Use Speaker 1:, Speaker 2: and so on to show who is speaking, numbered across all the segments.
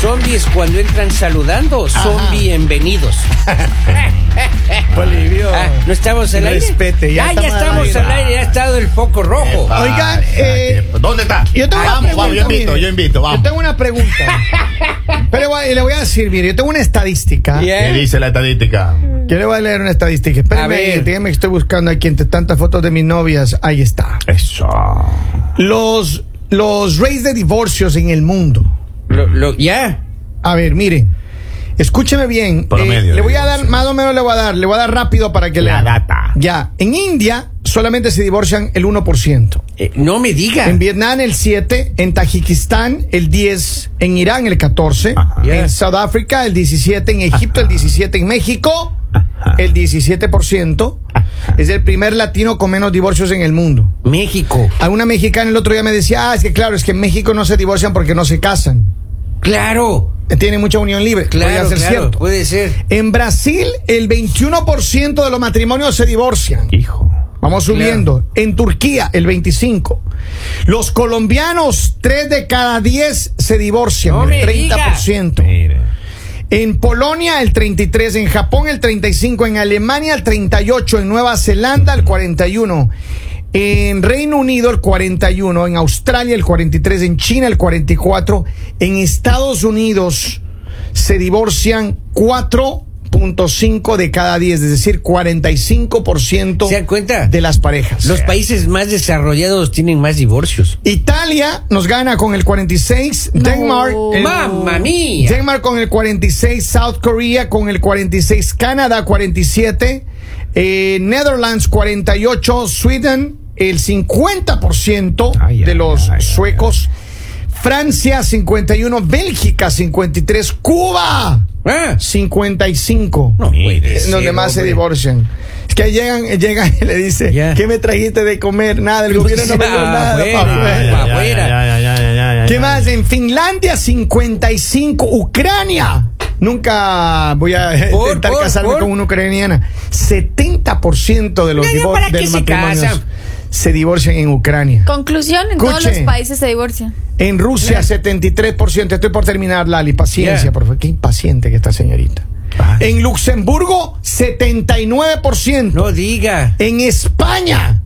Speaker 1: zombies cuando entran saludando son bienvenidos.
Speaker 2: Bolivio.
Speaker 1: Ah, no estamos al aire.
Speaker 2: Respete, ya
Speaker 1: Ah, ya
Speaker 2: estamos al
Speaker 1: estamos al
Speaker 2: aire.
Speaker 1: aire, ya ha estado el foco rojo.
Speaker 3: Epa,
Speaker 2: Oigan, eh,
Speaker 3: qué- ¿dónde está?
Speaker 2: Yo tengo una
Speaker 3: vamos, vamos, yo
Speaker 2: pregunta,
Speaker 3: invito,
Speaker 2: mire.
Speaker 3: yo invito,
Speaker 2: Yo
Speaker 3: vamos.
Speaker 2: tengo una pregunta. Pero voy- le voy a decir, mire, yo tengo una estadística.
Speaker 1: Bien.
Speaker 3: ¿Qué dice la estadística?
Speaker 2: Yo le voy a leer una estadística.
Speaker 1: A
Speaker 2: Espérenme,
Speaker 1: ver.
Speaker 2: díganme que estoy buscando aquí entre tantas fotos de mis novias. Ahí está.
Speaker 3: Eso.
Speaker 2: Los, los rates de divorcios en el mundo.
Speaker 1: Lo- lo- ya.
Speaker 2: A ver, miren. Escúcheme bien. Eh,
Speaker 3: Promedio,
Speaker 2: le voy a
Speaker 3: digo,
Speaker 2: dar,
Speaker 3: sí.
Speaker 2: más o menos le voy a dar, le voy a dar rápido para que
Speaker 3: La
Speaker 2: le.
Speaker 3: data.
Speaker 2: Ya. En India solamente se divorcian el 1%.
Speaker 1: Eh, no me diga.
Speaker 2: En Vietnam el 7, en Tajikistán el 10, en Irán el 14,
Speaker 3: Ajá.
Speaker 2: en
Speaker 1: Yes.
Speaker 2: Sudáfrica el 17, en Egipto el 17, en México el 17%. Es el primer latino con menos divorcios en el mundo.
Speaker 1: México.
Speaker 2: A una mexicana el otro día me decía, ah, es que claro, es que en México no se divorcian porque no se casan.
Speaker 1: Claro.
Speaker 2: Tiene mucha unión libre.
Speaker 1: Claro,
Speaker 2: Podría ser
Speaker 1: claro,
Speaker 2: cierto.
Speaker 1: puede ser.
Speaker 2: En Brasil el 21% de los matrimonios se divorcian.
Speaker 3: Hijo.
Speaker 2: Vamos subiendo. En Turquía, el 25. Los colombianos, 3 de cada 10 se divorcian,
Speaker 1: No me
Speaker 2: el 30%.
Speaker 3: Mire.
Speaker 2: En Polonia, el 33. En Japón, el 35. En Alemania, el 38. En Nueva Zelanda, el 41. En Reino Unido el 41, en Australia el 43, en China el 44, en Estados Unidos se divorcian 4.5 de cada 10, es decir, 45%
Speaker 1: ¿Se dan cuenta?
Speaker 2: de las parejas.
Speaker 1: Los países más desarrollados tienen más divorcios.
Speaker 2: Italia nos gana con el 46, Denmark, el-
Speaker 1: ¡Mamma mía!
Speaker 2: Denmark con el 46, South Korea con el 46, Canadá 47, eh, Netherlands 48, Sweden el 50%
Speaker 3: Ay,
Speaker 2: de
Speaker 3: ay,
Speaker 2: los
Speaker 3: ay, ay,
Speaker 2: suecos, Francia 51, Bélgica 53, Cuba
Speaker 1: Ah,
Speaker 2: 55.
Speaker 1: no
Speaker 3: Mire,
Speaker 1: puede
Speaker 2: Es
Speaker 1: ser,
Speaker 2: donde más se
Speaker 1: hombre.
Speaker 2: divorcian. Es que llegan, llegan y le dicen,
Speaker 1: Ya.
Speaker 2: ¿qué me trajiste de comer? Nada, el gobierno no me dio
Speaker 1: Ah,
Speaker 2: nada.
Speaker 1: bueno.
Speaker 2: papá".
Speaker 1: Ah, ya, ya, afuera.
Speaker 3: ya, ya, ya, ya, ya,
Speaker 2: ¿Qué
Speaker 3: ya.
Speaker 2: más? En Finlandia 55, Ucrania. Nunca voy a
Speaker 1: Por,
Speaker 2: intentar
Speaker 1: por,
Speaker 2: casarme
Speaker 1: por.
Speaker 2: con una ucraniana. 70% de los
Speaker 1: Ya, ya,
Speaker 2: divor-
Speaker 1: ¿para
Speaker 2: de
Speaker 1: qué
Speaker 2: los
Speaker 1: se
Speaker 2: matrimonios
Speaker 1: casan?
Speaker 2: se divorcian en Ucrania.
Speaker 4: Conclusión, en todos
Speaker 2: Escuche.
Speaker 4: los países se divorcian.
Speaker 2: En Rusia 73%. Estoy por terminar, Lali. Paciencia,
Speaker 1: Ya.
Speaker 2: por favor. Qué impaciente que está señorita.
Speaker 3: Ay.
Speaker 2: En Luxemburgo 79%.
Speaker 1: No diga.
Speaker 2: En España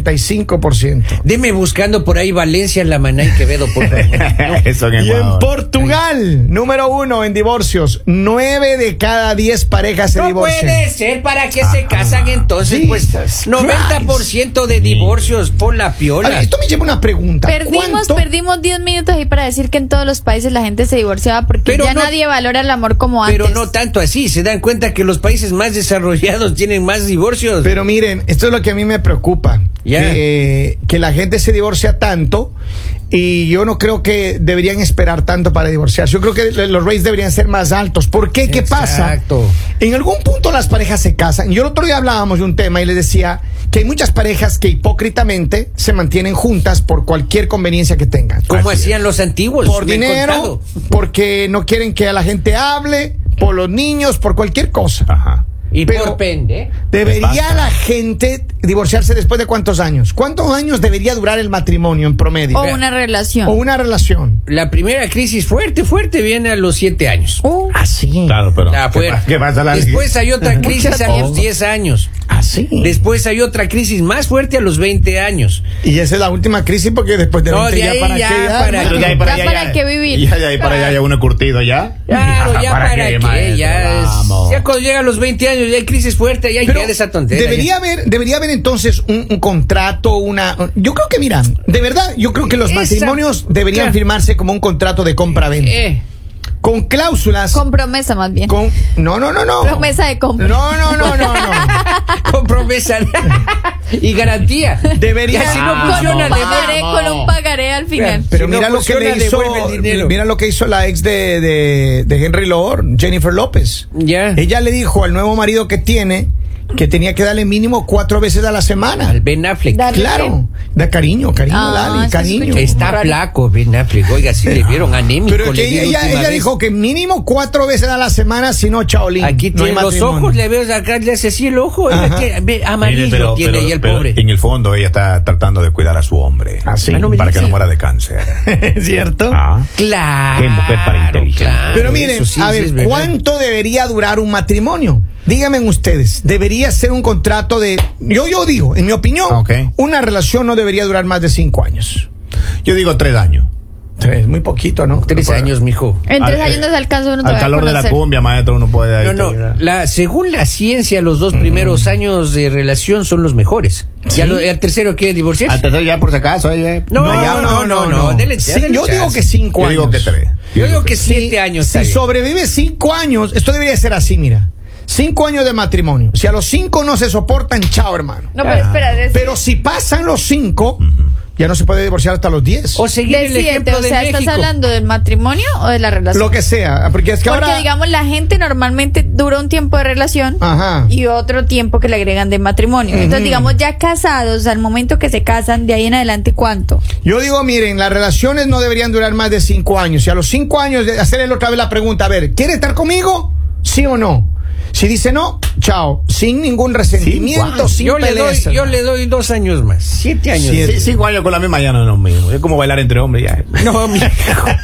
Speaker 2: 85%.
Speaker 1: Deme buscando por ahí Valencia, La Maná y Quevedo, por favor.
Speaker 3: Eso en
Speaker 2: Y en
Speaker 3: Ecuador.
Speaker 2: Portugal, número uno en divorcios. Nueve de cada diez parejas se Ah,
Speaker 1: No
Speaker 2: divorcian.
Speaker 1: puede ser, ¿para qué se casan entonces?
Speaker 2: Jesus
Speaker 1: pues 90% de divorcios por la
Speaker 2: A ver,
Speaker 1: piola.
Speaker 2: esto me lleva a una pregunta.
Speaker 4: Perdimos,
Speaker 2: ¿Cuánto-
Speaker 4: perdimos 10 minutos ahí para decir que en todos los países la gente se divorciaba porque
Speaker 1: Pero
Speaker 4: ya
Speaker 1: no-
Speaker 4: nadie valora el amor como antes.
Speaker 1: Pero no tanto así, se dan cuenta que los países más desarrollados tienen más divorcios.
Speaker 2: Pero miren, esto es lo que a mí me preocupa.
Speaker 1: Ya.
Speaker 2: Que, que la gente se divorcia tanto y yo no creo que deberían esperar tanto para divorciarse. Yo creo que le- los rates deberían ser más altos. ¿Por qué? ¿Qué pasa?
Speaker 1: Exacto.
Speaker 2: En algún punto las parejas se casan. Yo el otro día hablábamos de un tema y les decía que hay muchas parejas que hipócritamente se mantienen juntas por cualquier conveniencia que tengan.
Speaker 1: como hacían los antiguos.
Speaker 2: por
Speaker 1: me han
Speaker 2: dinero,
Speaker 1: contado.
Speaker 2: porque no quieren que a la gente hable, por los niños, por cualquier cosa.
Speaker 3: Ajá.
Speaker 1: Y
Speaker 2: pero-
Speaker 1: por pende.
Speaker 2: ¿Debería
Speaker 3: Basta.
Speaker 2: la gente divorciarse después de cuántos años? ¿Cuántos años debería durar el matrimonio en promedio?
Speaker 4: O una relación.
Speaker 2: O una relación.
Speaker 1: La primera crisis fuerte, fuerte viene a los 7 años.
Speaker 4: Uh,
Speaker 2: Así.
Speaker 3: Claro, pero.
Speaker 1: Ah,
Speaker 3: ¿Qué,
Speaker 1: fuera.
Speaker 3: pa- qué pasa, Lali?
Speaker 1: Después hay otra crisis a
Speaker 2: Oh.
Speaker 1: los 10 años.
Speaker 2: Así.
Speaker 1: Después hay otra crisis más fuerte a los 20 años.
Speaker 2: Y esa es la última crisis porque después de
Speaker 1: No,
Speaker 2: 20
Speaker 1: de
Speaker 2: ya
Speaker 1: ahí
Speaker 2: para
Speaker 1: ya,
Speaker 2: qué ya,
Speaker 1: para-
Speaker 2: hermano?
Speaker 3: Pero de ahí
Speaker 4: Ya para qué vivir.
Speaker 3: Ya de ahí para allá, ya uno curtido ya.
Speaker 1: Claro,
Speaker 3: Ajá,
Speaker 1: ya para, qué,
Speaker 3: maestro?
Speaker 1: ya, es-
Speaker 3: Vamos.
Speaker 1: ya cuando llegan los 20 años ya hay crisis fuerte, ya hay
Speaker 2: Pero
Speaker 1: que esa tontería.
Speaker 2: debería haber, debería haber entonces un, un contrato, una. Yo creo que, mira, de verdad, yo creo que los
Speaker 1: Esa-
Speaker 2: matrimonios deberían
Speaker 1: Claro.
Speaker 2: firmarse como un contrato de compra-venta.
Speaker 1: Eh,
Speaker 2: con cláusulas.
Speaker 4: con promesa más bien.
Speaker 2: con- no, no, no, no.
Speaker 4: Promesa de compra.
Speaker 2: No, no, no, no, no.
Speaker 1: con promesa y garantía. Y
Speaker 2: Debería-
Speaker 1: así no
Speaker 3: Ah,
Speaker 1: funciona,
Speaker 4: con
Speaker 3: no,
Speaker 4: un pagaré,
Speaker 3: vamos.
Speaker 4: con un pagaré al final.
Speaker 2: Pero
Speaker 1: Si
Speaker 2: mira
Speaker 1: no
Speaker 2: lo que le
Speaker 1: funciona, devuelve el
Speaker 2: hizo,
Speaker 1: dinero.
Speaker 2: mira lo que hizo la ex de, de, de Henry Lord, Jennifer López.
Speaker 1: Ya.
Speaker 2: Ella le dijo al nuevo marido que tiene que tenía que darle mínimo cuatro veces a la semana.
Speaker 1: Al Ben Affleck.
Speaker 4: Dale.
Speaker 2: Claro, da cariño, cariño,
Speaker 4: Ah,
Speaker 2: dale,
Speaker 4: se
Speaker 2: cariño.
Speaker 4: escucha.
Speaker 1: Está flaco Ben Affleck. Oiga, si le vieron anémico.
Speaker 2: Pero es
Speaker 1: le
Speaker 2: que
Speaker 1: vi
Speaker 2: ella,
Speaker 1: la
Speaker 2: ella-
Speaker 1: última
Speaker 2: ella
Speaker 1: vez.
Speaker 2: dijo que mínimo cuatro veces a la semana, si no, Chaolín.
Speaker 1: Aquí
Speaker 2: no hay
Speaker 1: tiene los
Speaker 2: matrimonio.
Speaker 1: ojos, le veo acá, le hace así el ojo. oiga,
Speaker 2: Ajá.
Speaker 1: tiene- ve, amarillo
Speaker 3: Mire, pero-
Speaker 1: tiene
Speaker 3: pero-
Speaker 1: ahí el
Speaker 3: pero
Speaker 1: pobre.
Speaker 3: En el fondo ella está tratando de cuidar a su hombre.
Speaker 2: Ah, sí.
Speaker 1: Ah, no me
Speaker 3: para que
Speaker 1: digas.
Speaker 3: no muera de cáncer.
Speaker 2: ¿Es ¿Cierto?
Speaker 3: Ah.
Speaker 1: Claro.
Speaker 3: Qué mujer para inteligente.
Speaker 1: claro,
Speaker 2: Pero miren,
Speaker 1: Ah, eso sí,
Speaker 2: a
Speaker 1: sí
Speaker 2: ver,
Speaker 1: es verdad.
Speaker 2: ¿cuánto debería durar un matrimonio? Díganme ustedes, debería ser un contrato de, yo yo digo, en mi opinión,
Speaker 3: Ah, ok.
Speaker 2: una relación no debería durar más de cinco años.
Speaker 3: Yo digo tres años.
Speaker 2: Tres, muy poquito, ¿no?
Speaker 1: Tres años, mijo.
Speaker 4: En tres
Speaker 3: Al-
Speaker 4: años no se alcanza uno
Speaker 3: Al
Speaker 4: todavía a
Speaker 3: calor de la
Speaker 4: conocer.
Speaker 3: cumbia, maestro, uno puede ahí
Speaker 1: No, no.
Speaker 3: terminar.
Speaker 1: La, según la ciencia, los dos primeros años de relación son los mejores. Ya lo- el tercero quiere divorciarse.
Speaker 3: tercero ¿eh? ya por si acaso, ¿eh? oye.
Speaker 1: No, no, no, no, no. Dele-
Speaker 2: Sí,
Speaker 1: dele
Speaker 2: yo digo
Speaker 1: chance.
Speaker 2: que cinco
Speaker 3: Yo
Speaker 2: años.
Speaker 3: digo que tres.
Speaker 1: Yo digo que
Speaker 2: Si-
Speaker 1: siete años. está
Speaker 2: Si
Speaker 1: bien.
Speaker 2: sobrevive cinco años, esto debería ser así, mira. Cinco años de matrimonio. Si a los cinco no se soportan, chao, hermano.
Speaker 4: No, pero espera, de-
Speaker 2: Pero si pasan los cinco, ya no se puede divorciar hasta los diez.
Speaker 1: O seguir
Speaker 4: de
Speaker 1: el
Speaker 4: siete,
Speaker 1: ejemplo
Speaker 4: o
Speaker 1: de
Speaker 4: sea,
Speaker 1: México.
Speaker 4: ¿estás hablando del matrimonio o de la relación?
Speaker 2: Lo que sea. Porque es que
Speaker 4: Porque
Speaker 2: ahora.
Speaker 4: digamos la gente normalmente dura un tiempo de relación
Speaker 2: Ajá.
Speaker 4: y otro tiempo que le agregan de matrimonio. Entonces digamos ya casados, al momento que se casan, de ahí en adelante ¿cuánto?
Speaker 2: Yo digo, miren, las relaciones no deberían durar más de cinco años. Si a los cinco años, de- hacerle otra vez la pregunta, a ver, ¿quiere estar conmigo? ¿Sí o no? Si dice no, chao. Sin ningún resentimiento, sin
Speaker 1: yo, le doy,
Speaker 2: peleas,
Speaker 1: yo
Speaker 2: hermano.
Speaker 1: le doy dos años más. Siete años.
Speaker 2: Siete.
Speaker 3: Sí, cinco años con la misma ya no es lo mismo. Es como bailar entre hombres ya.
Speaker 1: No, mijo.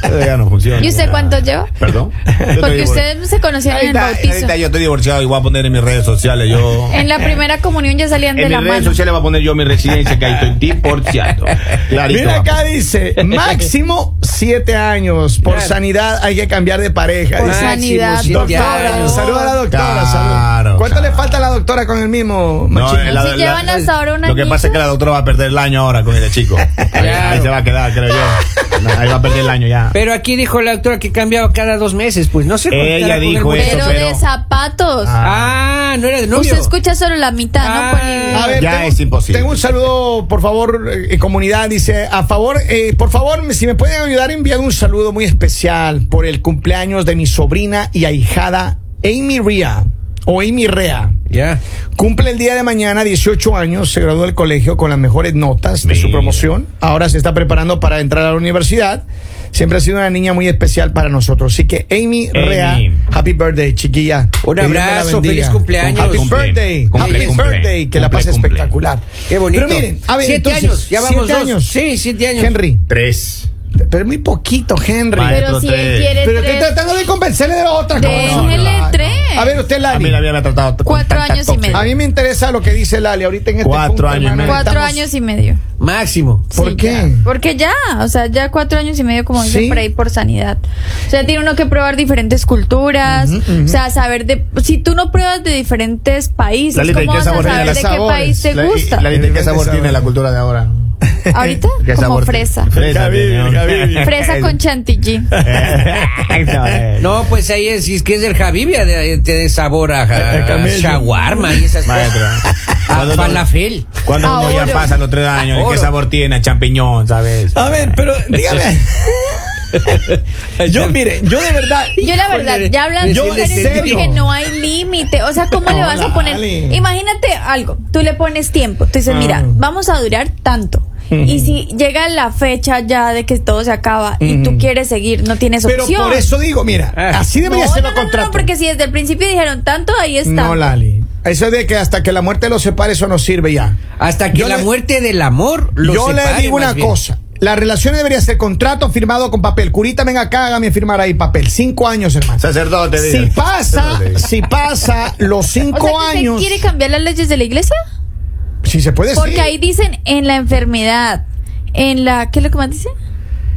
Speaker 3: Eso ya no funciona.
Speaker 4: ¿Y usted cuánto lleva?
Speaker 3: Perdón. Yo estoy
Speaker 4: Porque
Speaker 3: divor-
Speaker 4: ustedes no se conocieron en el
Speaker 3: Ahorita-
Speaker 4: bautizo.
Speaker 3: ahorita yo estoy divorciado y voy a poner en mis redes sociales yo.
Speaker 4: En la primera comunión ya salían de
Speaker 3: En
Speaker 4: la
Speaker 3: mis redes
Speaker 4: mano.
Speaker 3: sociales va a poner yo mi residencia que ahí estoy divorciado. Clarito.
Speaker 2: Mira
Speaker 3: vamos.
Speaker 2: acá dice, máximo siete años. Por
Speaker 1: Claro.
Speaker 2: sanidad hay que cambiar de pareja.
Speaker 3: Ah,
Speaker 4: Por
Speaker 2: dice.
Speaker 1: Máximo
Speaker 4: sanidad,
Speaker 1: siete
Speaker 4: por
Speaker 1: años.
Speaker 2: Doctora,
Speaker 4: favor.
Speaker 2: saluda a la doctora.
Speaker 3: Claro,
Speaker 2: saluda. ¿Cuánto
Speaker 3: claro.
Speaker 2: le falta a la doctora con el mismo
Speaker 3: No,
Speaker 2: machismo?
Speaker 3: eh, la-
Speaker 4: Pues, si
Speaker 3: la-
Speaker 4: llevan hasta ahora un
Speaker 3: Lo que pasa es que la doctora va a perder el año ahora con el chico. Ahí, ahí se va a quedar, creo yo. No, ahí va a perder el año ya.
Speaker 1: Pero aquí dijo la doctora que cambiaba cada dos meses, pues no se
Speaker 3: Ella
Speaker 1: contara con el
Speaker 3: dijo
Speaker 1: mundo.
Speaker 3: eso.
Speaker 4: pero, de
Speaker 3: pero-
Speaker 4: zapatos.
Speaker 1: Ah, no era de novio.
Speaker 4: Usted escucha solo la mitad,
Speaker 1: Ah.
Speaker 4: ¿no? Polibio?
Speaker 2: A ver,
Speaker 3: Ya
Speaker 2: tengo,
Speaker 3: es imposible.
Speaker 2: Tengo un saludo, por favor, eh, comunidad. Dice, a favor, eh, por favor, si me pueden ayudar, enviar un saludo muy especial por el cumpleaños de mi sobrina y ahijada Amy Ria o Amy Rea.
Speaker 1: Ya.
Speaker 2: Cumple el día de mañana 18 años, se graduó del colegio con las mejores notas de su
Speaker 3: Mira.
Speaker 2: promoción. Ahora se está preparando para entrar a la universidad. Siempre ha sido una niña muy especial para nosotros. Así que Amy,
Speaker 3: Amy.
Speaker 2: Rea, happy birthday, chiquilla.
Speaker 1: Un
Speaker 2: Que Dios me la
Speaker 1: abrazo,
Speaker 2: bendiga.
Speaker 1: feliz cumpleaños.
Speaker 2: Happy
Speaker 3: Cumple,
Speaker 2: birthday,
Speaker 3: cumple,
Speaker 2: happy
Speaker 3: cumple,
Speaker 2: birthday, que la
Speaker 3: cumple,
Speaker 2: pase
Speaker 3: cumple.
Speaker 2: espectacular.
Speaker 1: Qué bonito.
Speaker 2: Pero miren, a ver,
Speaker 1: siete
Speaker 2: entonces,
Speaker 1: años, ya vamos
Speaker 2: siete
Speaker 1: dos.
Speaker 2: años.
Speaker 1: Sí, siete años.
Speaker 2: Henry,
Speaker 3: Tres.
Speaker 2: pero es muy poquito, Henry.
Speaker 3: Vale.
Speaker 4: pero si él
Speaker 3: tres.
Speaker 4: quiere
Speaker 2: Pero estoy
Speaker 4: tres,
Speaker 2: tratando de convencerle de la otra cosa.
Speaker 4: déjele
Speaker 3: no, no.
Speaker 4: tres.
Speaker 2: A ver, usted,
Speaker 3: A
Speaker 2: Lali.
Speaker 3: mí la habían tratado con
Speaker 4: Cuatro
Speaker 3: tanta
Speaker 4: años y
Speaker 3: tóxica.
Speaker 4: medio.
Speaker 2: A mí me interesa lo que dice Lali ahorita en este
Speaker 3: Cuatro
Speaker 2: punto,
Speaker 3: años y
Speaker 2: hermano,
Speaker 3: medio.
Speaker 4: cuatro
Speaker 2: estamos-
Speaker 4: años y medio.
Speaker 1: Máximo.
Speaker 2: ¿Por
Speaker 4: Sí,
Speaker 2: qué?
Speaker 4: ya. Porque ya, o sea, ya cuatro años y medio, como dicen
Speaker 2: Sí.
Speaker 4: por ahí, por sanidad. O sea, tiene uno que probar diferentes culturas, o sea, saber de... Si tú no pruebas de diferentes países,
Speaker 3: Lalita, ¿y
Speaker 4: ¿cómo
Speaker 3: qué
Speaker 4: vas a
Speaker 3: sabor tiene
Speaker 4: saber de
Speaker 3: la-
Speaker 4: qué
Speaker 2: sabores?
Speaker 4: país te
Speaker 3: La- y-
Speaker 4: gusta?
Speaker 3: Lalita, ¿y ¿qué sabor tiene la cultura de ahora?
Speaker 4: Ahorita,
Speaker 3: ¿Qué
Speaker 4: como
Speaker 3: sabor?
Speaker 4: fresa.
Speaker 3: Fresa, Eh,
Speaker 2: Gaby,
Speaker 3: señor.
Speaker 2: Gaby.
Speaker 4: Fresa con chantilly.
Speaker 3: Eso es.
Speaker 1: No, pues ahí es, si es que es el Javibia, de, te de sabor a, a- a
Speaker 3: camello.
Speaker 1: shawarma y esas
Speaker 3: Maestro.
Speaker 4: Ah,
Speaker 1: cosas. A
Speaker 3: Cuando uno-
Speaker 1: falafel.
Speaker 3: Cuando uno
Speaker 4: Ahora. Ah.
Speaker 3: ya pasa los tres años, ¿y
Speaker 1: Ahora.
Speaker 3: ¿qué sabor tiene? A champiñón, ¿sabes?
Speaker 2: A ver, pero dígame. yo, mire, yo de verdad.
Speaker 4: Yo la verdad, ya hablando
Speaker 2: Yo,
Speaker 4: de mujeres,
Speaker 2: en
Speaker 4: yo
Speaker 2: serio.
Speaker 4: creo que no hay límite. O sea, ¿cómo le vas a poner?
Speaker 2: dale. Ah.
Speaker 4: Imagínate algo, tú le pones tiempo, tú dices, mira, vamos a durar tanto. Y si llega la fecha ya de que todo se acaba y tú quieres seguir, no tienes
Speaker 2: Pero
Speaker 4: opción.
Speaker 2: por eso digo, mira,
Speaker 1: Ah.
Speaker 2: así
Speaker 4: no,
Speaker 2: debería
Speaker 4: no,
Speaker 2: ser
Speaker 4: no,
Speaker 2: los
Speaker 4: no, no,
Speaker 2: contratos.
Speaker 4: porque si desde el principio dijeron tanto, ahí está.
Speaker 2: No, Lali. Eso de que hasta que la muerte los separe, eso no sirve ya.
Speaker 1: Hasta que
Speaker 2: Yo
Speaker 1: la
Speaker 2: le-
Speaker 1: muerte del amor lo
Speaker 2: yo
Speaker 1: separe,
Speaker 2: le digo
Speaker 1: más
Speaker 2: una
Speaker 1: bien.
Speaker 2: cosa. Las relaciones deberían ser contrato firmado con papel. Curita, venga acá, hágame firmar ahí papel. Cinco años, hermano.
Speaker 3: Sacerdote,
Speaker 2: Si
Speaker 3: diga.
Speaker 2: pasa,
Speaker 3: Sacerdote.
Speaker 2: si pasa los
Speaker 4: O
Speaker 2: cinco
Speaker 4: sea, que
Speaker 2: años.
Speaker 4: se quiere cambiar las leyes de la iglesia?
Speaker 2: Si se puede
Speaker 4: Porque
Speaker 2: sí.
Speaker 4: ahí dicen en la enfermedad, en la ¿qué es lo que más dice?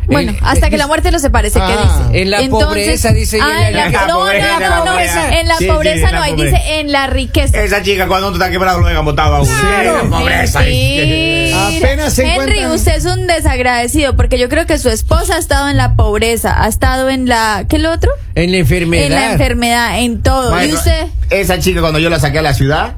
Speaker 4: Bueno,
Speaker 1: Eh,
Speaker 4: hasta
Speaker 1: eh,
Speaker 4: que la muerte los separe, ¿qué
Speaker 2: Ah.
Speaker 4: dice?
Speaker 1: En la pobreza, dice ella,
Speaker 4: Ah, en la,
Speaker 1: en la
Speaker 4: no, no,
Speaker 3: pobreza,
Speaker 4: no,
Speaker 3: en la
Speaker 4: no,
Speaker 3: pobreza.
Speaker 4: en la
Speaker 3: Sí, sí,
Speaker 4: pobreza
Speaker 3: en la
Speaker 4: no, ahí
Speaker 3: pobreza.
Speaker 4: dice en la riqueza.
Speaker 3: Esa chica cuando uno está quebrado lo han botado a uno.
Speaker 2: Claro.
Speaker 3: Sí, pobreza.
Speaker 4: Mentira.
Speaker 2: Apenas se
Speaker 4: Henry,
Speaker 2: encuentran-
Speaker 4: usted es un desagradecido porque yo creo que su esposa ha estado en la pobreza, ha estado en la ¿qué es lo otro?
Speaker 1: En la enfermedad.
Speaker 4: En la enfermedad, en todo.
Speaker 3: Maestro,
Speaker 4: y usted
Speaker 3: Esa chica cuando yo la saqué a la ciudad.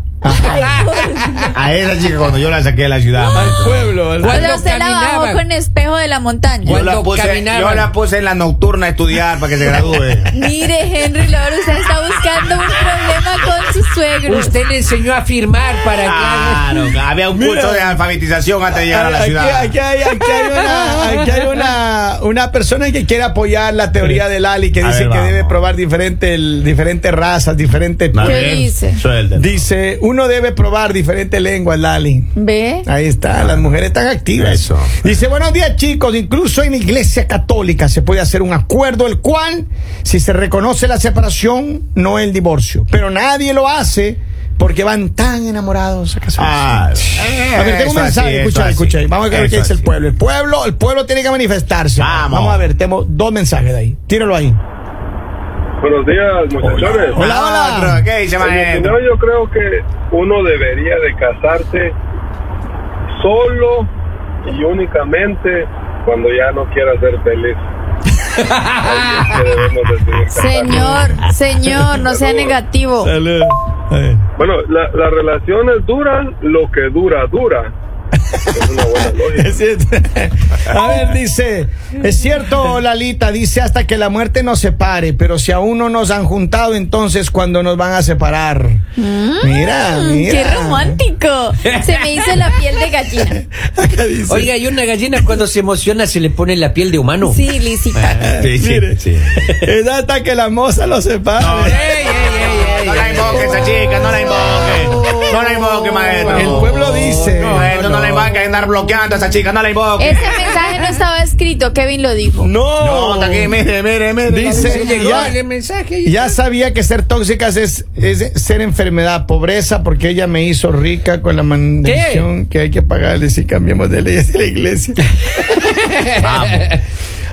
Speaker 3: A esa chica cuando yo la saqué a la ciudad. maestro.
Speaker 2: pueblo,
Speaker 1: Cuando
Speaker 4: O sea, usted la
Speaker 1: caminaba
Speaker 4: bajó
Speaker 1: llaman?
Speaker 4: ojo en espejo de la montaña.
Speaker 1: ¿Cuál?
Speaker 3: Yo la,
Speaker 1: Cuando
Speaker 3: puse,
Speaker 1: caminaban.
Speaker 3: yo la puse en la nocturna a estudiar para que se gradúe.
Speaker 4: Mire, Henry Lord, usted está buscando un problema con su suegro.
Speaker 1: Usted le enseñó a firmar para que...
Speaker 3: Claro, había un curso de alfabetización antes de llegar a la
Speaker 2: Aquí,
Speaker 3: ciudad.
Speaker 2: aquí hay, aquí hay una, aquí hay una, una persona que quiere apoyar la teoría del Ali, que
Speaker 3: A
Speaker 2: dice
Speaker 3: ver,
Speaker 2: que
Speaker 3: vamos.
Speaker 2: debe probar diferente, el- diferentes razas, diferentes...
Speaker 3: Va
Speaker 4: ¿Qué
Speaker 3: bien,
Speaker 4: dice?
Speaker 3: Suelten.
Speaker 2: Dice, uno debe probar diferentes lenguas, Lali.
Speaker 4: ¿Ve?
Speaker 2: Ahí está, las mujeres están activas.
Speaker 3: Ah, Eso.
Speaker 2: Dice, buenos días chicos, incluso en la iglesia católica se puede hacer un acuerdo el cual, si se reconoce la separación, no el divorcio. Pero nadie lo hace porque van tan enamorados a casarse.
Speaker 3: Ah, eh,
Speaker 2: a ver, tengo un
Speaker 3: eso
Speaker 2: mensaje,
Speaker 3: así,
Speaker 2: escucha,
Speaker 3: eso
Speaker 2: escucha.
Speaker 3: así.
Speaker 2: Vamos a ver qué
Speaker 3: Eso
Speaker 2: dice el
Speaker 3: así.
Speaker 2: pueblo. El pueblo, el pueblo tiene que manifestarse.
Speaker 3: Vamos.
Speaker 2: a ver, tengo dos mensajes de ahí. Tíralo ahí.
Speaker 5: Buenos días, muchachones.
Speaker 2: Hola, hola.
Speaker 3: Otro, ¿Qué dice,
Speaker 5: En mi
Speaker 3: maestro?
Speaker 5: opinión, yo creo que uno debería de casarse solo y únicamente cuando ya no quiera ser feliz. Ahí es que debemos de seguir casándonos.
Speaker 4: Señor, señor, no sea negativo.
Speaker 5: Bueno, la- las relaciones duran lo que dura, dura. Es una buena lógica.
Speaker 2: Es cierto. A ver, dice, es cierto, Lalita, dice hasta que la muerte nos separe, pero si aún no nos han juntado, entonces cuando nos van a separar. Mira,
Speaker 4: Mm,
Speaker 2: mira.
Speaker 4: ¡Qué romántico! Se me hizo la piel de gallina.
Speaker 2: Acá dice,
Speaker 1: Oiga, y una gallina cuando se emociona se le pone la piel de humano.
Speaker 4: Sí, lisita.
Speaker 3: Sí, sí,
Speaker 2: Mire.
Speaker 3: sí.
Speaker 2: es hasta que la moza nos
Speaker 3: No,
Speaker 2: separe.
Speaker 1: Ey, ey, ey, ey,
Speaker 3: no la
Speaker 1: ey.
Speaker 3: invoque esa chica, no la invoque. No la invoque, maestro.
Speaker 2: El pueblo dice.
Speaker 3: No, maestro, no, la invoque, hay que andar bloqueando a esa chica, no la
Speaker 1: Ah.
Speaker 3: invoque.
Speaker 4: Ese Este mensaje no estaba escrito, Kevin lo dijo.
Speaker 2: No.
Speaker 3: No, está aquí, mire, mire, mire.
Speaker 2: Dice,
Speaker 1: Llegó
Speaker 2: ya,
Speaker 1: el mensaje.
Speaker 2: ya sabía que ser tóxicas es, es ser enfermedad, pobreza, porque ella me hizo rica con la manutención que hay que pagarle si cambiamos de leyes de la iglesia.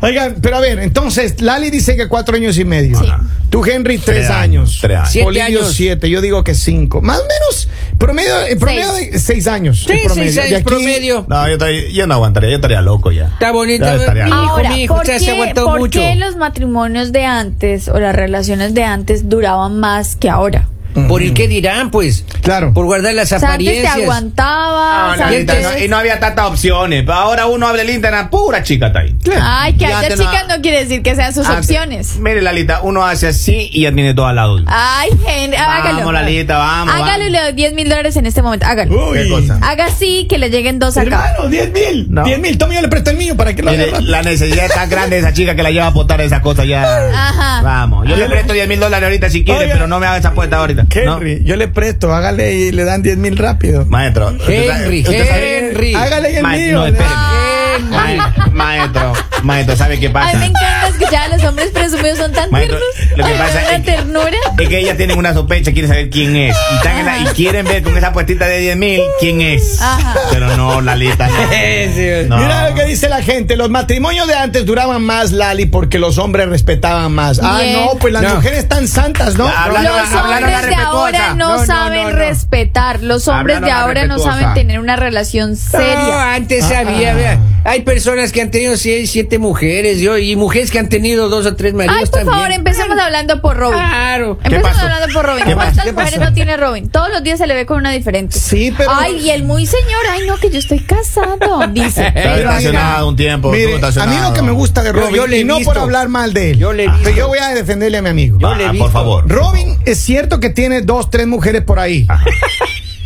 Speaker 2: Oigan, pero a ver, entonces, Lali dice que cuatro años y medio.
Speaker 4: Sí.
Speaker 2: Tú, Henry, tres,
Speaker 3: Tres
Speaker 2: años.
Speaker 3: años, tres años.
Speaker 1: Siete
Speaker 2: Polillo,
Speaker 1: años.
Speaker 2: siete. Yo digo que cinco. Más o menos, promedio, el promedio
Speaker 4: Seis.
Speaker 2: de seis años.
Speaker 1: Sí,
Speaker 2: el
Speaker 1: sí,
Speaker 2: De
Speaker 1: seis
Speaker 2: aquí-
Speaker 1: promedio.
Speaker 3: No, yo, estaría- yo no aguantaría, yo estaría loco ya.
Speaker 1: Está bonito.
Speaker 3: Ya estaría
Speaker 1: Mi hijo,
Speaker 4: Ahora,
Speaker 1: mi hijo,
Speaker 4: ¿por,
Speaker 1: usted se ha
Speaker 4: qué,
Speaker 1: aguantado
Speaker 4: por
Speaker 1: mucho.
Speaker 4: qué los matrimonios de antes o las relaciones de antes duraban más que ahora?
Speaker 1: Por el que dirán, pues.
Speaker 2: Mm. Claro.
Speaker 1: Por guardar las
Speaker 4: O sea, antes te
Speaker 1: apariencias.
Speaker 4: aguantabas.
Speaker 3: Ah, No,
Speaker 4: antes-
Speaker 3: Lalita, no, y no había tantas opciones. Pero ahora uno habla del internet, pura chica está ahí.
Speaker 4: Ay, que
Speaker 3: Ya
Speaker 4: haya
Speaker 3: te Ah, no-
Speaker 4: chicas no quiere decir que sean sus
Speaker 3: Antes-
Speaker 4: opciones.
Speaker 3: Mire, Lalita, uno hace así y ya tiene todo al lado.
Speaker 4: Ay, Henry, Ah, hágalo.
Speaker 3: Vamos, Lalita, vamos, Uh.
Speaker 4: Hágalo y
Speaker 3: vamos.
Speaker 4: le doy 10 mil dólares en este momento. Hágalo.
Speaker 2: Uy.
Speaker 3: ¿Qué cosa?
Speaker 4: Haga así que le lleguen dos acá.
Speaker 2: Hermano, diez mil.
Speaker 3: No.
Speaker 2: Diez mil. Toma, yo le presto el mío para que lo
Speaker 3: Mire,
Speaker 2: haga.
Speaker 3: la necesidad es tan grande de esa chica que la lleva a apostar esa cosa ya.
Speaker 4: Ajá.
Speaker 3: Vamos, yo le presto 10 mil dólares ahorita si quiere,
Speaker 2: Oiga.
Speaker 3: pero no me haga esa apuesta ahorita. ¿no?
Speaker 2: Henry, yo le presto, hágale y le dan diez mil rápido.
Speaker 3: Maestro. usted sabe-
Speaker 1: Henry,
Speaker 3: usted sabe-
Speaker 1: Henry.
Speaker 2: Hágale el
Speaker 3: Ma-
Speaker 2: mío. Ah.
Speaker 3: no,
Speaker 2: le-
Speaker 3: espéreme.
Speaker 1: Henry.
Speaker 4: Ah.
Speaker 3: Ma- Maestro, maestro, ¿sabe qué
Speaker 4: Ay, me
Speaker 3: pasa?
Speaker 4: encanta escuchar a los hombres presumidos son tan
Speaker 3: Maestro,
Speaker 4: tiernos.
Speaker 3: lo que
Speaker 4: Ay, me
Speaker 3: pasa
Speaker 4: da una
Speaker 3: es que-
Speaker 4: ternura.
Speaker 3: Es que ellas tienen una sospecha, quieren saber quién es. Y, están en la- y quieren ver con esa apuestita de 10 mil quién es.
Speaker 4: Ajá.
Speaker 3: Pero no, Lalita. No.
Speaker 1: Sí,
Speaker 3: No.
Speaker 2: Mira lo que dice la gente, los matrimonios de antes duraban más, Lali, porque los hombres respetaban más. Ah,
Speaker 4: Bien.
Speaker 2: no, pues las
Speaker 1: No.
Speaker 2: mujeres están santas, ¿no?
Speaker 3: Ya, habla-
Speaker 4: Los
Speaker 3: Hablaron la- hablaron la
Speaker 4: hombres de
Speaker 3: respetuosa. No,
Speaker 4: ahora no,
Speaker 3: no, no,
Speaker 4: saben
Speaker 3: no.
Speaker 4: respetar. Los hombres
Speaker 3: Hablaron
Speaker 4: de
Speaker 3: la
Speaker 4: ahora no
Speaker 3: respetuosa.
Speaker 4: saben tener una relación
Speaker 1: No,
Speaker 4: seria. Ah,
Speaker 1: antes había, vea, hay personas que han tenido seis, siete mujeres, yo, y mujeres que han tenido dos o tres maridos
Speaker 4: Ay, por
Speaker 1: también.
Speaker 4: favor, em- empecemos hablando por Robin.
Speaker 1: Claro.
Speaker 4: Empecemos
Speaker 3: pasó?
Speaker 4: hablando por Robin.
Speaker 3: ¿Qué
Speaker 4: ¿Cuántas
Speaker 3: pasó? ¿Qué
Speaker 4: mujeres
Speaker 3: pasó?
Speaker 4: no tiene Robin? Todos los días se le ve con una diferente.
Speaker 2: Sí, pero-
Speaker 4: Ay, y el muy señor, ay, no, que yo estoy casado, dice.
Speaker 3: Estaba
Speaker 2: Pero
Speaker 3: estacionado un tiempo.
Speaker 2: Mire, a
Speaker 3: estuvo
Speaker 2: mí
Speaker 3: estacionado.
Speaker 2: lo que me gusta de
Speaker 1: Yo-
Speaker 2: Robin,
Speaker 1: yo le he
Speaker 2: y no por
Speaker 1: visto.
Speaker 2: hablar mal de él,
Speaker 1: Yo le he visto.
Speaker 2: pero yo voy a defenderle a mi amigo.
Speaker 1: Yo le he
Speaker 3: Ah,
Speaker 1: visto.
Speaker 3: por favor.
Speaker 2: Robin, es cierto que tiene dos, tres mujeres por ahí.
Speaker 3: Ah.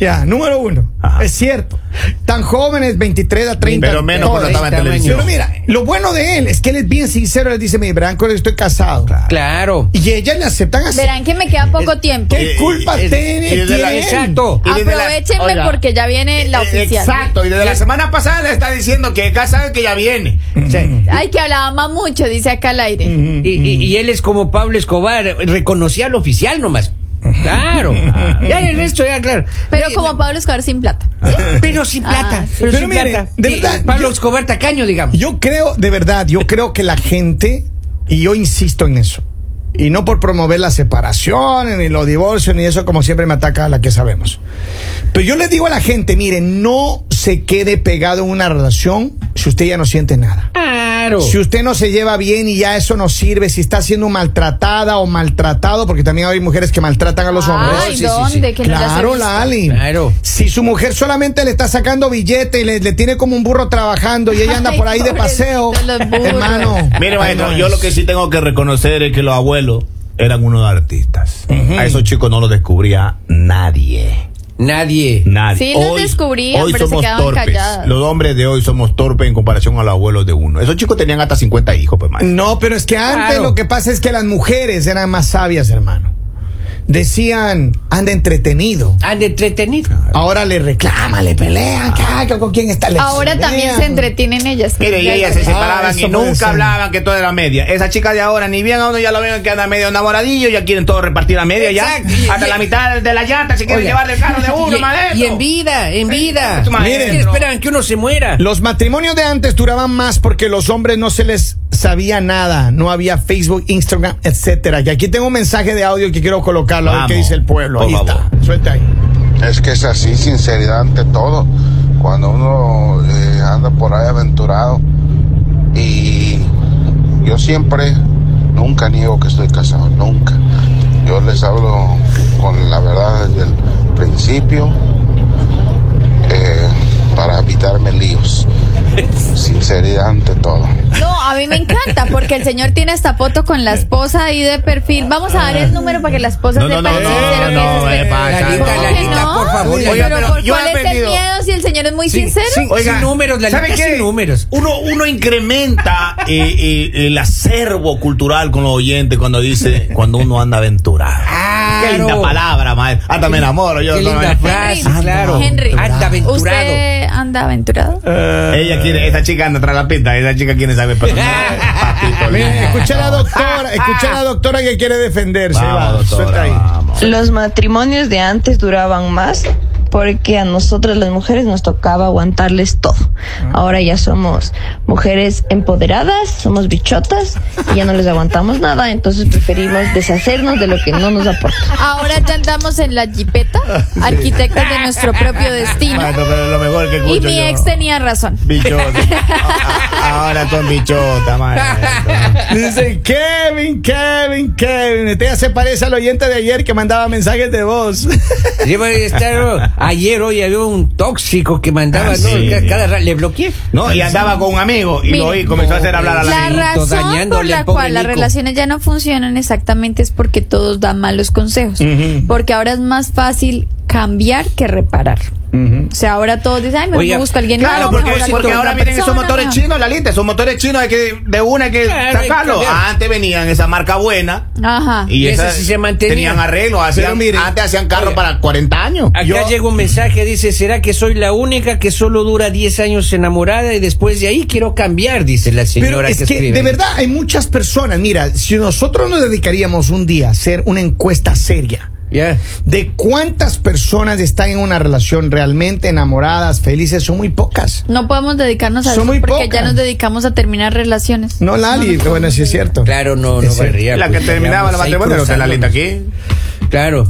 Speaker 2: Ya, número uno,
Speaker 3: Ajá.
Speaker 2: es cierto. Tan jóvenes, 23 a 30.
Speaker 3: Ah. Pero menos cuando
Speaker 2: todas.
Speaker 3: estaba en televisión.
Speaker 2: Pero mira, lo bueno de él es que él es bien sincero, le dice, mi Branco, estoy casado.
Speaker 1: Claro.
Speaker 2: Y ellas le aceptan así.
Speaker 4: Verán que me queda poco tiempo.
Speaker 2: ¿Qué culpa
Speaker 3: Eh, y-
Speaker 2: tiene?
Speaker 3: y desde la-
Speaker 2: tiene él?
Speaker 1: Exacto.
Speaker 3: y desde la-
Speaker 4: Aprovechenme
Speaker 3: Oiga. Eh,
Speaker 4: porque ya viene la oficial.
Speaker 3: Exacto, y desde la semana pasada le está diciendo que acá sabe que ya viene. Sí.
Speaker 4: Ay, que hablábamos mucho, dice acá al aire.
Speaker 1: Y, y- y él es como Pablo Escobar, reconocía al oficial nomás. Claro. ya el resto, ya, claro.
Speaker 4: Pero
Speaker 1: Ya,
Speaker 4: como Pablo Escobar sin plata.
Speaker 1: Pero sin plata.
Speaker 4: Ah, sí.
Speaker 1: Pero,
Speaker 2: Pero
Speaker 1: sin
Speaker 2: mire,
Speaker 1: plata.
Speaker 2: de
Speaker 1: Sí,
Speaker 2: verdad,
Speaker 1: Pablo
Speaker 2: yo-
Speaker 1: Escobar tacaño, digamos.
Speaker 2: Yo creo, de verdad, yo creo que la gente, y yo insisto en eso, y no por promover las separaciones, ni los divorcios, ni eso, como siempre me ataca a la que sabemos. Pero yo le digo a la gente, mire, no se quede pegado en una relación si usted ya no siente nada.
Speaker 1: Ah, Claro.
Speaker 2: Si usted no se lleva bien y ya eso no sirve, si está siendo maltratada o maltratado, porque también hay mujeres que maltratan a los hombres.
Speaker 1: sí,
Speaker 4: Ay,
Speaker 1: sí,
Speaker 4: ¿dónde?
Speaker 1: sí.
Speaker 4: Que no las he
Speaker 2: Claro,
Speaker 4: visto.
Speaker 2: Lali.
Speaker 1: Claro.
Speaker 2: Si su mujer solamente le está sacando billete y le, le tiene como un burro trabajando y ella anda
Speaker 4: Ay,
Speaker 2: por ahí de paseo,
Speaker 4: pobrecito, los burros.
Speaker 2: hermano.
Speaker 3: Mire, maestro,
Speaker 2: Ay, no
Speaker 3: yo
Speaker 2: es.
Speaker 3: lo que sí tengo que reconocer es que los abuelos eran unos artistas. A esos chicos no los descubría nadie.
Speaker 1: Nadie.
Speaker 3: Nadie.
Speaker 4: Sí, los descubrían,
Speaker 3: hoy
Speaker 4: pero se
Speaker 3: somos
Speaker 4: quedaban
Speaker 3: torpes.
Speaker 4: calladas.
Speaker 3: Los hombres de hoy somos torpes en comparación a los abuelos de uno. Esos chicos tenían hasta 50 hijos, pues, maestro.
Speaker 2: No, pero es que antes
Speaker 1: Claro.
Speaker 2: lo que pasa es que las mujeres eran más sabias, hermano. Decían, anda entretenido.
Speaker 1: Han entretenido.
Speaker 2: Ahora le reclaman, le pelean, que, ay, que con quién está le
Speaker 4: Ahora
Speaker 2: pelean.
Speaker 4: también se entretienen ellas.
Speaker 3: Mire, y
Speaker 4: Ya-
Speaker 3: ellas se
Speaker 2: Ah,
Speaker 3: separaban
Speaker 2: eso
Speaker 3: y
Speaker 2: puede ser.
Speaker 3: nunca hablaban que todo era media. Esas chicas de ahora, ni bien a uno ya lo ven que anda medio enamoradillo, ya quieren todo repartir a media
Speaker 1: Exacto.
Speaker 3: ya. Hasta la mitad de la llanta se quieren
Speaker 1: Oiga.
Speaker 3: llevar del carro de uno,
Speaker 1: y,
Speaker 3: maestro.
Speaker 1: y en vida, en vida.
Speaker 3: Maestro.
Speaker 1: Miren, esperan que uno se muera.
Speaker 2: Los matrimonios de antes duraban más porque los hombres no se les sabía nada. No había Facebook, Instagram, etcétera. Y aquí tengo un mensaje de audio que quiero colocarlo a ver
Speaker 3: Vamos,
Speaker 2: qué dice el pueblo.
Speaker 3: por
Speaker 2: Ahí
Speaker 3: favor.
Speaker 2: está. Suelta ahí.
Speaker 6: Es que es así, sinceridad ante todo. Cuando uno eh, anda por ahí aventurado y yo siempre, nunca niego que estoy casado, nunca. Yo les hablo con la verdad desde el principio eh, para evitarme líos. Sinceridad ante todo.
Speaker 4: No, a mí me encanta porque el señor tiene esta foto con la esposa ahí de perfil. Vamos a dar el número para que la esposa
Speaker 3: No, no,
Speaker 4: sepa
Speaker 3: no,
Speaker 4: el
Speaker 3: no,
Speaker 4: sincero que
Speaker 3: no,
Speaker 4: es
Speaker 3: eh,
Speaker 4: este-
Speaker 3: pasa,
Speaker 4: ¿Cómo
Speaker 1: Lalita,
Speaker 4: que
Speaker 1: Lalita,
Speaker 4: no?
Speaker 1: por favor.
Speaker 4: Pero,
Speaker 1: Oiga,
Speaker 3: pero
Speaker 4: ¿por
Speaker 3: yo
Speaker 4: ¿Cuál
Speaker 3: he
Speaker 4: es el
Speaker 3: aprendido-
Speaker 4: miedo si el señor es muy sincero?
Speaker 1: sí,
Speaker 3: Oiga,
Speaker 1: sin números, la
Speaker 3: ¿sabe
Speaker 1: lista
Speaker 3: qué?
Speaker 1: sin números.
Speaker 3: Uno, uno incrementa eh, eh, el acervo cultural con los oyentes cuando dice, cuando uno anda aventurado.
Speaker 1: Claro.
Speaker 3: Qué linda palabra, maestro. Hasta me enamoro yo.
Speaker 1: Qué
Speaker 3: no,
Speaker 1: linda
Speaker 3: eh.
Speaker 1: frase, claro.
Speaker 4: Henry,
Speaker 1: Anda aventurado.
Speaker 4: ¿usted anda aventurado?
Speaker 3: Ella quiere, esa chica anda tras la pista, esa chica quiere saber personal. Papito lindo.
Speaker 2: Mira, escucha a la doctora, escucha a la doctora que quiere defenderse. va.
Speaker 3: Vamos,
Speaker 2: Suelta
Speaker 3: doctora,
Speaker 2: ahí.
Speaker 3: vamos.
Speaker 7: Los matrimonios de antes duraban más porque a nosotras las mujeres nos tocaba aguantarles todo. Ahora ya somos mujeres empoderadas, somos bichotas y ya no les aguantamos nada, entonces preferimos deshacernos de lo que no nos aporta.
Speaker 4: Ahora ya andamos en la jipeta, arquitectos de nuestro propio destino.
Speaker 3: Maestro, pero lo mejor que escucho
Speaker 4: Y mi
Speaker 3: pues yo.
Speaker 4: ex tenía razón.
Speaker 3: Bichota. Ahora son bichota, maestro.
Speaker 2: Dice Kevin, Kevin, Kevin. Este ya se parece al oyente de ayer que mandaba mensajes de voz.
Speaker 1: Lleva de estar- ayer, hoy había un tóxico que mandaba,
Speaker 3: Ah,
Speaker 1: ¿no?
Speaker 3: sí.
Speaker 1: Ca- cada ra- le bloqueé.
Speaker 3: No, y andaba con un amigo y lo oí, comenzó a hacer hablar a la
Speaker 4: La
Speaker 1: Nico,
Speaker 4: razón por
Speaker 1: dañándole al
Speaker 4: la
Speaker 1: pobre
Speaker 4: cual las
Speaker 1: Nico.
Speaker 4: relaciones ya no funcionan exactamente es porque todos dan malos consejos. Porque ahora es más fácil cambiar que reparar. O sea, ahora todos dicen, ay, me
Speaker 1: Oiga,
Speaker 4: busco a alguien.
Speaker 3: Claro,
Speaker 4: No,
Speaker 3: porque,
Speaker 4: mejor
Speaker 3: porque
Speaker 4: hablo con
Speaker 3: ahora
Speaker 4: otra
Speaker 3: vienen esos
Speaker 4: persona,
Speaker 3: motores
Speaker 4: no.
Speaker 3: chinos, Lalita, esos motores chinos hay que de una hay que
Speaker 1: Claro, hay que
Speaker 3: sacarlos.
Speaker 1: cambiar.
Speaker 3: Antes venían esa marca buena
Speaker 4: Ajá.
Speaker 3: y,
Speaker 1: Y esa
Speaker 3: esas
Speaker 1: sí se mantenía.
Speaker 3: Tenían arreglos, hacían,
Speaker 2: Pero mire,
Speaker 3: antes hacían carro
Speaker 1: oye,
Speaker 3: para 40 años.
Speaker 1: Acá
Speaker 3: Yo-
Speaker 1: llega un mensaje, dice, ¿será que soy la única que solo dura 10 años enamorada y después de ahí quiero cambiar? Dice la señora
Speaker 2: Pero es que,
Speaker 1: escribe.
Speaker 2: de verdad hay muchas personas. Mira, si nosotros nos dedicaríamos un día a hacer una encuesta seria
Speaker 1: Ya.
Speaker 2: de cuántas personas están en una relación realmente enamoradas, felices, son muy pocas.
Speaker 4: No podemos dedicarnos a
Speaker 2: Son
Speaker 4: eso
Speaker 2: muy
Speaker 4: porque ya
Speaker 2: pocas.
Speaker 4: nos dedicamos a terminar relaciones.
Speaker 2: No, Lali, bueno, sí es cierto.
Speaker 1: Claro, no, no
Speaker 2: Es cierto.
Speaker 1: barría,
Speaker 3: la que
Speaker 1: pues,
Speaker 3: terminaba la
Speaker 1: digamos, ahí
Speaker 3: matrimonio, pero usted
Speaker 1: cruzando.
Speaker 3: Lalita aquí.
Speaker 1: Claro.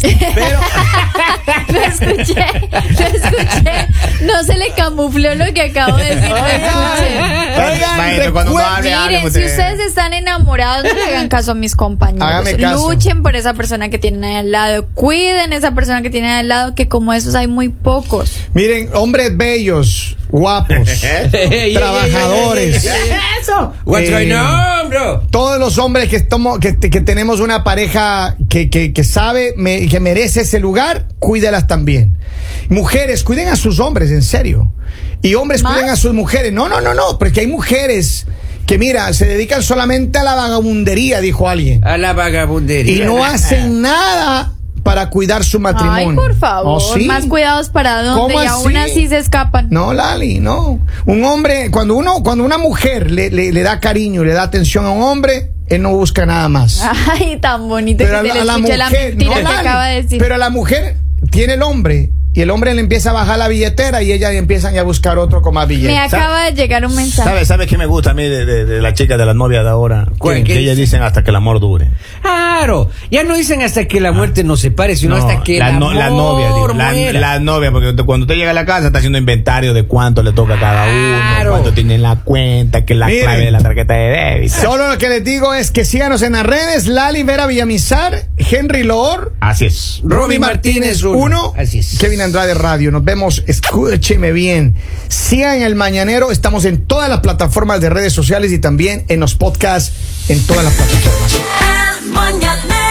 Speaker 4: Lo escuché, lo escuché. No se le camufló lo que acabo de decir. Lo escuché.
Speaker 2: Oigan,
Speaker 3: Maestro, cuando uno
Speaker 2: recuerden-
Speaker 3: hable, hable,
Speaker 4: Miren, si ustedes están enamorados, no le hagan caso a mis compañeros.
Speaker 2: Hágame caso.
Speaker 4: Luchen por esa persona que tienen ahí al lado. Cuiden esa persona que tienen ahí al lado, que como esos hay muy pocos.
Speaker 2: Miren, hombres bellos, guapos, trabajadores.
Speaker 1: Eso. What's
Speaker 2: Eh,
Speaker 1: going on, bro?
Speaker 2: Todos los hombres que, estamos, que, que tenemos una pareja que, que, que sabe, me- que merece ese lugar, cuídelas también. Mujeres, cuiden a sus hombres, en serio. Y hombres,
Speaker 4: ¿Más?
Speaker 2: cuiden a sus mujeres. No, no, no, no, porque hay mujeres que, mira, se dedican solamente a la vagabundería, dijo alguien.
Speaker 1: A la vagabundería.
Speaker 2: Y no hacen nada para cuidar su matrimonio.
Speaker 4: Ay, por favor.
Speaker 2: Oh, sí.
Speaker 4: Más cuidados para dónde.
Speaker 2: ¿Cómo
Speaker 4: Y aún
Speaker 2: así?
Speaker 4: así se escapan.
Speaker 2: No, Lali, no. Un hombre, cuando uno, cuando una mujer le, le, le da cariño, le da atención a un hombre, él no busca nada más.
Speaker 4: Ay, tan bonito
Speaker 2: pero a,
Speaker 4: que
Speaker 2: la,
Speaker 4: se le
Speaker 2: a la
Speaker 4: escuche
Speaker 2: mujer,
Speaker 4: la mentira
Speaker 2: no,
Speaker 4: que
Speaker 2: Lali,
Speaker 4: acaba de decir.
Speaker 2: pero a la mujer tiene el hombre Y el hombre le empieza a bajar la billetera y ellas empiezan ya a buscar otro con más
Speaker 4: Me
Speaker 2: billetes.
Speaker 4: acaba de llegar un mensaje.
Speaker 3: ¿Sabes sabe qué me gusta a mí de, de, de las chicas de las novias de ahora?
Speaker 1: ¿Cuál?
Speaker 3: Que,
Speaker 1: ¿Qué
Speaker 3: que ellas
Speaker 1: dice?
Speaker 3: dicen hasta que el amor dure.
Speaker 1: Claro, ya no dicen hasta que la muerte nos separe, sino hasta que
Speaker 3: la,
Speaker 1: el
Speaker 3: no- la
Speaker 1: amor
Speaker 3: novia, digo, la,
Speaker 1: muera.
Speaker 3: la novia, porque te- cuando usted llega a la casa está haciendo inventario de cuánto le toca a cada uno,
Speaker 1: Claro.
Speaker 3: cuánto tiene en la cuenta, que la
Speaker 2: Miren.
Speaker 3: clave de la tarjeta de débito.
Speaker 2: Solo lo que les digo es que síganos en las redes, Lali Vera Villamizar, Henry Loor,
Speaker 3: Así es.
Speaker 1: Romy Martínez uno.
Speaker 2: uno,
Speaker 1: Así es.
Speaker 2: Kevin Andrade Radio. Nos vemos, escúcheme bien. Sigan el Mañanero, estamos en todas las plataformas de redes sociales y también en los podcasts en todas las plataformas.
Speaker 8: El mañanero.